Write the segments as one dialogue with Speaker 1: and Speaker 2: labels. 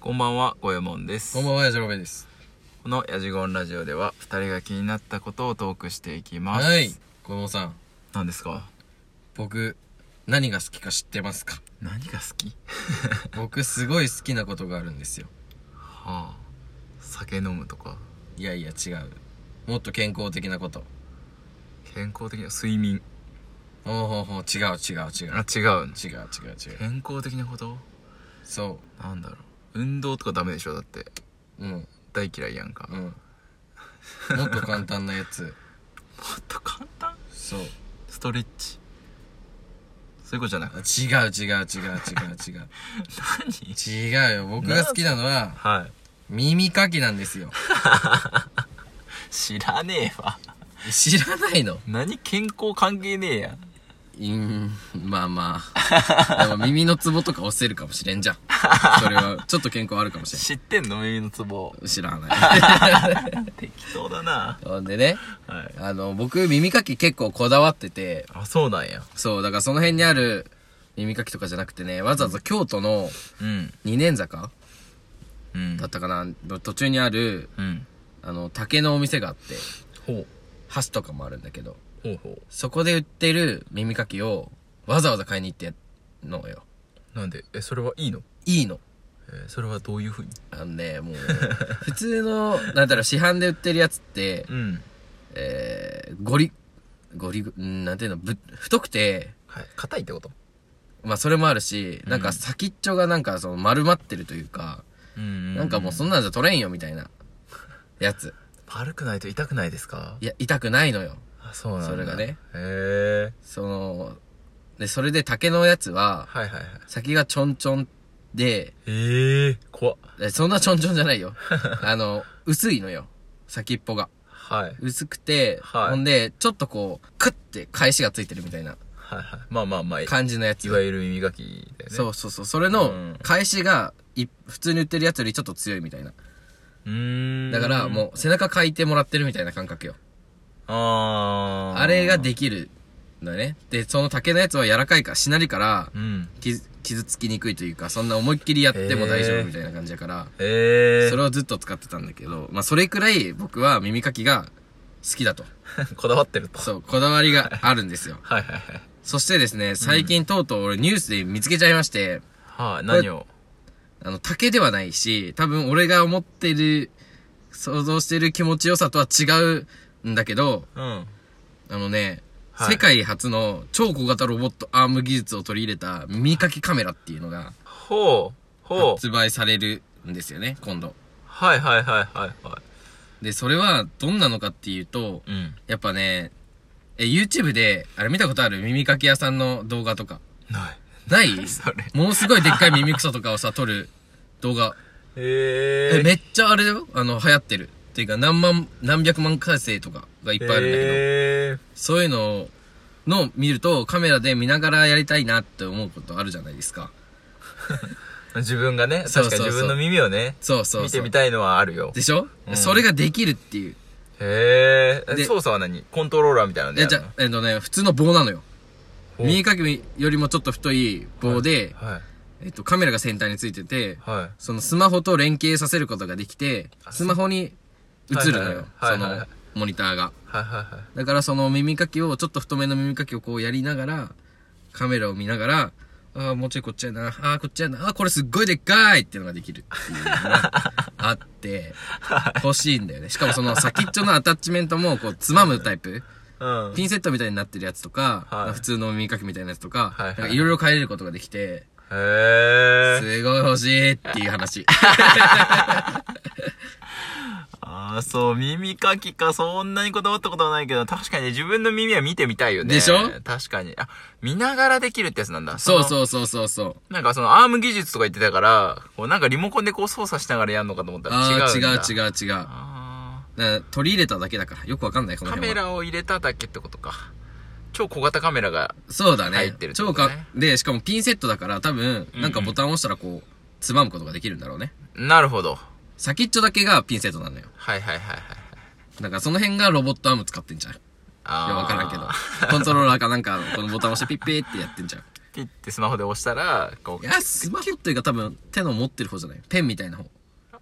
Speaker 1: こんばんは、ごえもんです。
Speaker 2: こんばんは、やじろべです。
Speaker 1: このやじごんラジオでは、二人が気になったことをトークしていきます。
Speaker 2: はい。小野さん、
Speaker 1: 何ですか
Speaker 2: 僕、何が好きか知ってますか
Speaker 1: 何が好き
Speaker 2: 僕、すごい好きなことがあるんですよ。
Speaker 1: はあ。酒飲むとか、
Speaker 2: いやいや、違う。もっと健康的なこと。
Speaker 1: 健康的な睡眠。
Speaker 2: ほうほうほう、違う違う違
Speaker 1: あ
Speaker 2: う。、
Speaker 1: 違うの。
Speaker 2: 違う違う違う。
Speaker 1: 健康的なこと
Speaker 2: そ
Speaker 1: なんだろう。運動とかダメでしょだって。
Speaker 2: う。うん、
Speaker 1: 大嫌いやんか。
Speaker 2: う
Speaker 1: もっ
Speaker 2: ん。もっと簡単なやつ。
Speaker 1: と簡単
Speaker 2: そう。
Speaker 1: ストレッチ。そういうことじゃな
Speaker 2: あ
Speaker 1: く
Speaker 2: 違う違う違う違う
Speaker 1: 何
Speaker 2: 違う。違うよ。僕が好きなのは、
Speaker 1: はい。
Speaker 2: 耳かきなんですよ。
Speaker 1: 知らねえわ。
Speaker 2: 知らないの
Speaker 1: 何健康関係ねえやん。
Speaker 2: うん、まあまあ。でも耳のツボとか押せるかもしれんじゃん。それは、ちょっと健康あるかもしれ
Speaker 1: 知ってんの耳のツボ。
Speaker 2: ん。知らない。
Speaker 1: 適当だな。
Speaker 2: ほんでね、
Speaker 1: はい。
Speaker 2: あの、僕耳かき結構こだわってて、
Speaker 1: あ、そうなんや。
Speaker 2: そう、だからその辺にある耳かきとかじゃなくてね、わざわざ京都の
Speaker 1: うん。
Speaker 2: 二年坂
Speaker 1: うん
Speaker 2: だったかな、の途中にある、
Speaker 1: うん。
Speaker 2: あの、竹のお店があって、
Speaker 1: ほう。
Speaker 2: ハスとかもあるんだけど、
Speaker 1: ほうほう。
Speaker 2: そこで売ってる耳かきをわざわざ買いに行ってやるのよ。
Speaker 1: なんで、え、それはいいの
Speaker 2: いいの。
Speaker 1: えーそれはどういうふうに
Speaker 2: あのね、もう、普通の、なんだろう、市販で売ってるやつって、
Speaker 1: うん。
Speaker 2: えー、ゴリ、ゴリ、んなんていうの、ぶ、太くて、
Speaker 1: はい。硬いってこと
Speaker 2: まあそれもあるし、なん
Speaker 1: うん
Speaker 2: か先っちょがなんかその丸まってるというか、
Speaker 1: うん
Speaker 2: なんかもうそんなんじゃ取れんよみたいな、やつ。
Speaker 1: 悪くないと痛くないですか
Speaker 2: いや、痛くないのよ。
Speaker 1: あ、そうなんだ。
Speaker 2: それがね。
Speaker 1: へえ。
Speaker 2: その、で、それで竹のやつは、
Speaker 1: はいはいはい。
Speaker 2: 先がちょんちょんで、
Speaker 1: ええ、怖っ。
Speaker 2: えそんなちょんちょんじゃな いよ。あの、薄いのよ。先っぽが。
Speaker 1: はい。
Speaker 2: 薄くて、
Speaker 1: はい
Speaker 2: ほんで、ちょっとこう、クッて返しがついてるみたいな
Speaker 1: はいはい。まあまあまあ、い
Speaker 2: 感じのやつ。
Speaker 1: わゆる耳かきだよね。。
Speaker 2: そううそうそう。それ
Speaker 1: う
Speaker 2: の
Speaker 1: ん、
Speaker 2: 返しがい、普通に売ってるやつよりちょっと強いみたいな。
Speaker 1: うーん。
Speaker 2: だから、
Speaker 1: う。
Speaker 2: もう、背中書いてもらってるみたいな感覚よ。
Speaker 1: あー。
Speaker 2: あれができるんだね。で、その竹のやつは柔らかいから、しなりから、
Speaker 1: うん。
Speaker 2: 傷傷つきにくいというか、そんな思いっきりやっても大丈夫みたいな感じだから、
Speaker 1: ええ。
Speaker 2: それをずっと使ってたんだけど、まあ、それくらい僕は耳かきが好きだと。
Speaker 1: こだわってると。
Speaker 2: そう、こだわりがあるんですよ。
Speaker 1: はいはいはい。
Speaker 2: そしてですね、最近とうとう俺ニュースで見つけちゃいまして、
Speaker 1: はい。何を
Speaker 2: あの、竹ではないし、多分俺が思ってる、想像してる気持ちよさとは違うんだけど、
Speaker 1: うん。
Speaker 2: あのね、
Speaker 1: はい
Speaker 2: 世界初の超小型ロボットアーム技術を取り入れた耳かきカメラっていうのが
Speaker 1: ほう。ほう。
Speaker 2: 発売されるんですよね、今度。
Speaker 1: はいはいはいはいは
Speaker 2: で、それはどんなのかっていうと、
Speaker 1: い。うん。
Speaker 2: やっぱね、え、YouTube で、あれ見たことある耳かき屋さんの動画とか。
Speaker 1: ない。
Speaker 2: な い
Speaker 1: それ。
Speaker 2: ものすごいでっかい耳草とかをさ、撮る動画。
Speaker 1: え
Speaker 2: え、めっちゃあれだよ。あの、流行ってる。っていうか、何万、何百万回生とかがいっぱいあるんだけど、
Speaker 1: え
Speaker 2: そういうのの見ると、カメラで見ながらやりたいなって思うことあるじゃないですか。
Speaker 1: ー自分がね、
Speaker 2: そう
Speaker 1: 確
Speaker 2: そ
Speaker 1: かに
Speaker 2: うそう
Speaker 1: 自分の耳をね、
Speaker 2: そうそうそう。
Speaker 1: 見てみたいのはあるよ。
Speaker 2: でしょ、
Speaker 1: うん
Speaker 2: それができるっていう。
Speaker 1: へえ。
Speaker 2: で
Speaker 1: 操作は何コントローラーみたいなので
Speaker 2: え、
Speaker 1: や
Speaker 2: じ
Speaker 1: る
Speaker 2: ゃ
Speaker 1: の
Speaker 2: あ、えっとね、普通の棒なのよ。
Speaker 1: ほう
Speaker 2: 右かきよりもちょっと太い棒で、
Speaker 1: はい。
Speaker 2: えっと、カメラが先端についてて、
Speaker 1: はい。
Speaker 2: そのスマホと連携させることができて、スマホに映るの
Speaker 1: はい
Speaker 2: よ。そ
Speaker 1: はいはいはいは
Speaker 2: の
Speaker 1: い、
Speaker 2: モニターが。
Speaker 1: はいはいはい。
Speaker 2: だからその耳かきを、ちょっと太めの耳かきをこうやりながら、カメラを見ながら、ああ、もうちょいこっちやな。ああ、こっちやな。ああ、これすっごいでっかいっていうのができるってい うのがあって、欲しいんだよね。しかもその先っちょのアタッチメントもこうつまむタイプ。
Speaker 1: うん。
Speaker 2: ピンセットみたいになってるやつとか、
Speaker 1: はい
Speaker 2: 普通の耳かきみたいなやつとか、
Speaker 1: はいはいはい
Speaker 2: なんかいろいろ変えれることができて、
Speaker 1: へえ。
Speaker 2: すごい欲しいっていう 話。
Speaker 1: ああ、そう、耳かきか、そんなにこだわったことはないけど、確かにね自分の耳は見てみたいよね。
Speaker 2: でしょ
Speaker 1: 確かに。あ、見ながらできるってやつなんだ。
Speaker 2: そう
Speaker 1: う。
Speaker 2: そうそうそうそう。
Speaker 1: なんかそのアーム技術とか言ってたから、こうなんかリモコンでこう操作しながらやるのかと思ったら違う
Speaker 2: ああ、違
Speaker 1: んだ。
Speaker 2: う違う違う。だか
Speaker 1: あー
Speaker 2: ら取り入れただけだから、よくわかんない、この
Speaker 1: カ
Speaker 2: 辺
Speaker 1: メ
Speaker 2: は。
Speaker 1: ラを入れただけってことか。超小型カメラが。
Speaker 2: そうだね。
Speaker 1: 入ってるってこ
Speaker 2: 超
Speaker 1: とね
Speaker 2: か、で、しかもピンセットだから多分、
Speaker 1: ん
Speaker 2: なんかボタンを押したらこう、つまむことができるんだろうね。
Speaker 1: なるほど。
Speaker 2: 先っちょだけがピンセットなのよ。
Speaker 1: はいはいはいはい。
Speaker 2: だからその辺がロボットアーム使ってんじゃん。い
Speaker 1: あ
Speaker 2: や、わからんけど。コントローラーかなんか、このボタン押してピッピーってやってんじゃん。
Speaker 1: ピッてスマホで押したら、こ、
Speaker 2: いうや、スマホっていうか多分手の持ってる方じゃない。ペンみたいな方。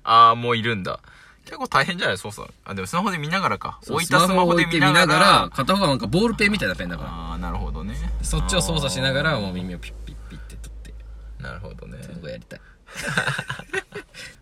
Speaker 1: ああ、もういるんだ。結構大変じゃないそうそう。あ、でもスマホで見ながらか。置いたスマ
Speaker 2: を
Speaker 1: ホ
Speaker 2: 置
Speaker 1: で
Speaker 2: いて
Speaker 1: 見
Speaker 2: 見
Speaker 1: なが
Speaker 2: なが
Speaker 1: ら
Speaker 2: ら、。片方がなんかボールペンみたいなペンだか
Speaker 1: ああ、なるほどね。
Speaker 2: ら。そっちを操作しなが
Speaker 1: あ
Speaker 2: ら、
Speaker 1: ー
Speaker 2: もう耳をピッピッピッって取って、
Speaker 1: なるほどね。
Speaker 2: そういうのやりたい。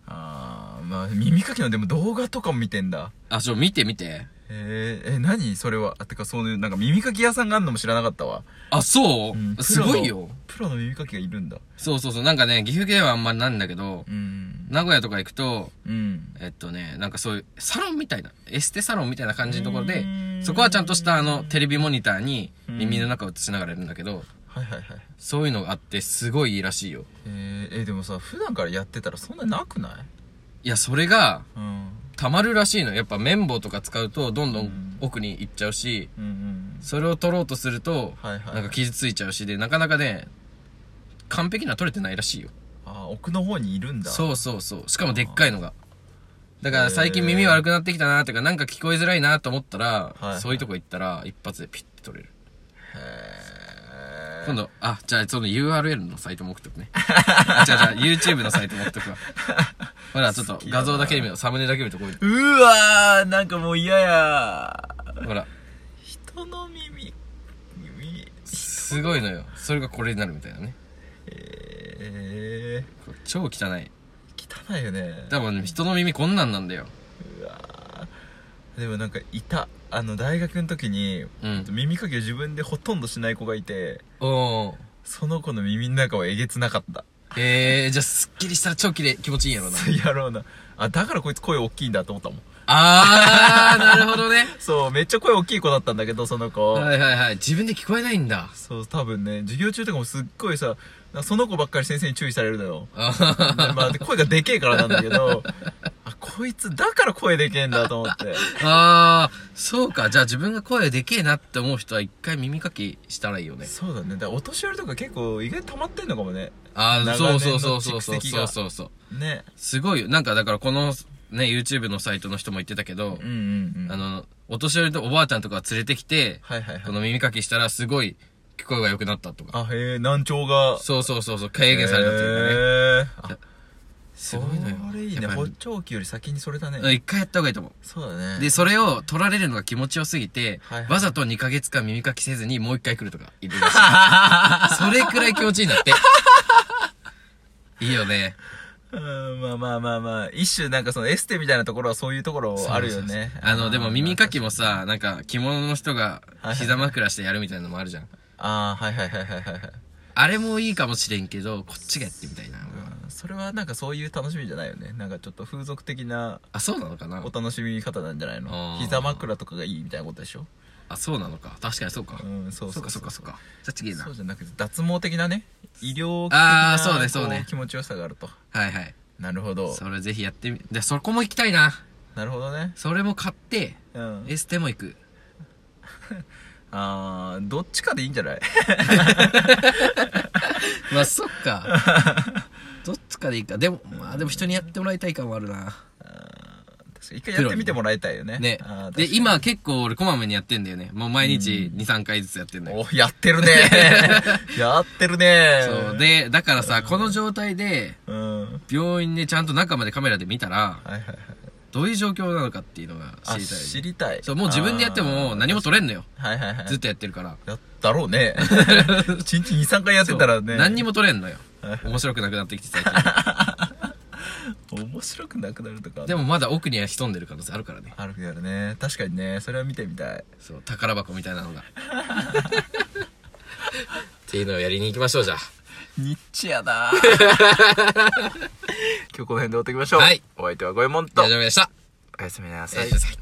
Speaker 1: ああ、まあ、耳かきのでも動画とかも見てんだ。
Speaker 2: あ、そう、見て見て。
Speaker 1: えー、え、何それは。あ、てか、そういう、なんか耳かき屋さんがあるのも知らなかったわ。
Speaker 2: あ、そう
Speaker 1: うんプロの
Speaker 2: すごいよ。
Speaker 1: プロの耳かきがいるんだ。
Speaker 2: そうそうそう。なんかね、岐阜県はあんまりないんだけど、
Speaker 1: うん。
Speaker 2: 名古屋とか行くと、
Speaker 1: うん。
Speaker 2: えっとね、なんかそういうサロンみたいな、エステサロンみたいな感じのところ
Speaker 1: う
Speaker 2: で
Speaker 1: ー、ん
Speaker 2: そこはちゃんとしたあのテレビモニターに
Speaker 1: うん
Speaker 2: 耳の中を映しながらやるんだけど、
Speaker 1: はいはいはい。
Speaker 2: そういうのがあってすごいいいらしいよ。
Speaker 1: えー、えでもさ、普段からやってたらそんななくない
Speaker 2: いや、それが
Speaker 1: うん。
Speaker 2: 溜まるらしいの。やっぱ綿棒とか使うとどんど
Speaker 1: うんん
Speaker 2: 奥に行っちゃうし、
Speaker 1: うんうん。
Speaker 2: それを取ろうとすると、
Speaker 1: はいはい。
Speaker 2: なんか傷ついちゃうし、で、なかなかね、完璧な取れてないらしいよ。
Speaker 1: あー奥の方にいるんだ。
Speaker 2: そうそうそう。しかもでっかいのが。だから最近耳悪くなってきたなとか、なんか聞こえづらいなと思ったら、
Speaker 1: いはい
Speaker 2: そういうとこ行ったら一発でピッて取れる。
Speaker 1: へー
Speaker 2: 今度、あ、じゃあその URL のサイトも送っとくね。あ、じゃ あじゃあ YouTube のサイトも送っとくわ。ほら、ちょっと画像だけ見よう。サムネだけ見とこうよ。
Speaker 1: うわー、なんかもう嫌や。
Speaker 2: ほら、
Speaker 1: 人の耳、耳、
Speaker 2: すごいのよ。それがこれになるみたいなね。
Speaker 1: え
Speaker 2: これ超汚い。
Speaker 1: ー、汚いよね。
Speaker 2: 多分人の耳こんなんなんだよ。
Speaker 1: うわーでもなんかいた。あの、大学の時に、
Speaker 2: うん。
Speaker 1: 耳かきを自分でほとんどしない子がいて、
Speaker 2: おー。
Speaker 1: その子の耳の中はえげつなかった。
Speaker 2: えー、じゃあすっきりしたら超綺麗、気持ちいいんやろうな。
Speaker 1: やろうな。あ、だからこいつ声大きいんだと思ったもん。
Speaker 2: あー、なるほどね。
Speaker 1: そう、めっちゃ声大きい子だったんだけど、その子。
Speaker 2: はいはいはい。自分で聞こえないんだ。
Speaker 1: そう、多分ね、授業中とかもすっごいさ、なんかその子ばっかり先生に注意されるのよ。
Speaker 2: あはは
Speaker 1: でまあ、で声がでけえからなんだけど、あ、こいつだから声でけえんだと思って。
Speaker 2: あー、そうか。じゃあ自分が声でけえなって思う人は一回耳かきしたらいいよね。
Speaker 1: そうだね。だからお年寄りとか結構意外と溜まってんのかもね。
Speaker 2: ああ、そ
Speaker 1: 長
Speaker 2: う
Speaker 1: 年
Speaker 2: そうそう
Speaker 1: の
Speaker 2: そうそう
Speaker 1: 蓄積
Speaker 2: そう
Speaker 1: が
Speaker 2: そうそう。
Speaker 1: ね。
Speaker 2: すごいよ。なんかだからこのね、YouTube のサイトの人も言ってたけど
Speaker 1: うん、うんうん。
Speaker 2: あ、の、お年寄りとおばあちゃんとか連れてきて、
Speaker 1: はいはい
Speaker 2: こ
Speaker 1: はい。
Speaker 2: の耳かきしたらすごい聞こえが良くなったとか。
Speaker 1: あ、へえ、難聴が。
Speaker 2: そうそうそうそう、軽減されたというかね。
Speaker 1: へえあ
Speaker 2: すごいのよ。
Speaker 1: それいいね。
Speaker 2: やっぱ
Speaker 1: 補
Speaker 2: り
Speaker 1: 聴器より先にそれだ
Speaker 2: うん
Speaker 1: ね。
Speaker 2: 一回やった方がいいと思う。
Speaker 1: そうだね。
Speaker 2: で、それを取られるのが気持ちよすぎて、
Speaker 1: はいはい
Speaker 2: わざと2ヶ月間耳かきせずにもう一回来るとかいるらし い。それくらい気持ちいいんだって。いいよね。
Speaker 1: うん、まあまあまあまあ、一種なんかそのエステみたいなところはそういうところあるよね。
Speaker 2: あの、でも耳か
Speaker 1: き。
Speaker 2: きもさ、なんか着物の人
Speaker 1: は
Speaker 2: が
Speaker 1: いはい
Speaker 2: 膝枕してやるみたいなのもあるじゃん。
Speaker 1: ああ、はいはいはいはいはいはい。
Speaker 2: あれもいいかもしれんけど、こっちがやってみたいな。
Speaker 1: うんそれはなんかそういう楽しみじゃないよね。なんかちょっと風俗的な
Speaker 2: あ、そうなのかな
Speaker 1: お楽しみ方なんじゃない
Speaker 2: あー
Speaker 1: の膝枕とかがいいみたいなことでしょ
Speaker 2: あ、そうなのか。確かにそうか
Speaker 1: う。ん、そう
Speaker 2: そうかそうかそうか。じゃあ次な
Speaker 1: そ。うじゃなくて脱毛的なね、医療的
Speaker 2: あ
Speaker 1: な
Speaker 2: ーそうねそうね
Speaker 1: こ気持ちよさがあると。
Speaker 2: はいはい。
Speaker 1: なるほど。
Speaker 2: それぜひやってみ、で、そこも行きたいな。
Speaker 1: なるほどね。
Speaker 2: それも買って、
Speaker 1: うん。
Speaker 2: エステも行く。
Speaker 1: あーどっちかでいいんじゃない
Speaker 2: まあ、そっか。 どっちかでいいか。でも、まあでも人にやってもらいたい感はあるな。
Speaker 1: あー確かに一回やってみてもらいたいよね。
Speaker 2: ね
Speaker 1: あー。確か
Speaker 2: で、
Speaker 1: に
Speaker 2: 今結構俺こまめにやってんだよね。もう毎日2、3回ずつやってんだよ。
Speaker 1: お、やってるね やってるね
Speaker 2: そう。、で、だからさ、この状態で、
Speaker 1: うん。はい
Speaker 2: 病院でちゃんと中までカメラで見たら、
Speaker 1: はいはい。
Speaker 2: どういう状況なのかっていうのが
Speaker 1: あ、
Speaker 2: 知りたい。
Speaker 1: 知りたい。
Speaker 2: そう、もう自分でやっても何も取れんのよ。
Speaker 1: あー。はいはいはい。
Speaker 2: ずっとやってるから。
Speaker 1: やったろう ね。一日2、3回やってたら
Speaker 2: そ
Speaker 1: ね。
Speaker 2: う何にも取れんのよ
Speaker 1: はい。
Speaker 2: 面白くなくなってきて 最近。
Speaker 1: 面白くなくなるとか。
Speaker 2: でもまだ奥には潜んでる可能性あるからね。
Speaker 1: あるけどね。確かにね。それは見てみたい。
Speaker 2: そう、宝箱みたいなのが。 っていうのをやりに行きましょう、じゃあ。
Speaker 1: ニッチや な今日この辺で終わっていきましょう。
Speaker 2: はい。
Speaker 1: お相手はゴエモンと
Speaker 2: 大。丈夫でした。
Speaker 1: おやすみな
Speaker 2: おや
Speaker 1: さ
Speaker 2: す
Speaker 1: い
Speaker 2: みな。さい。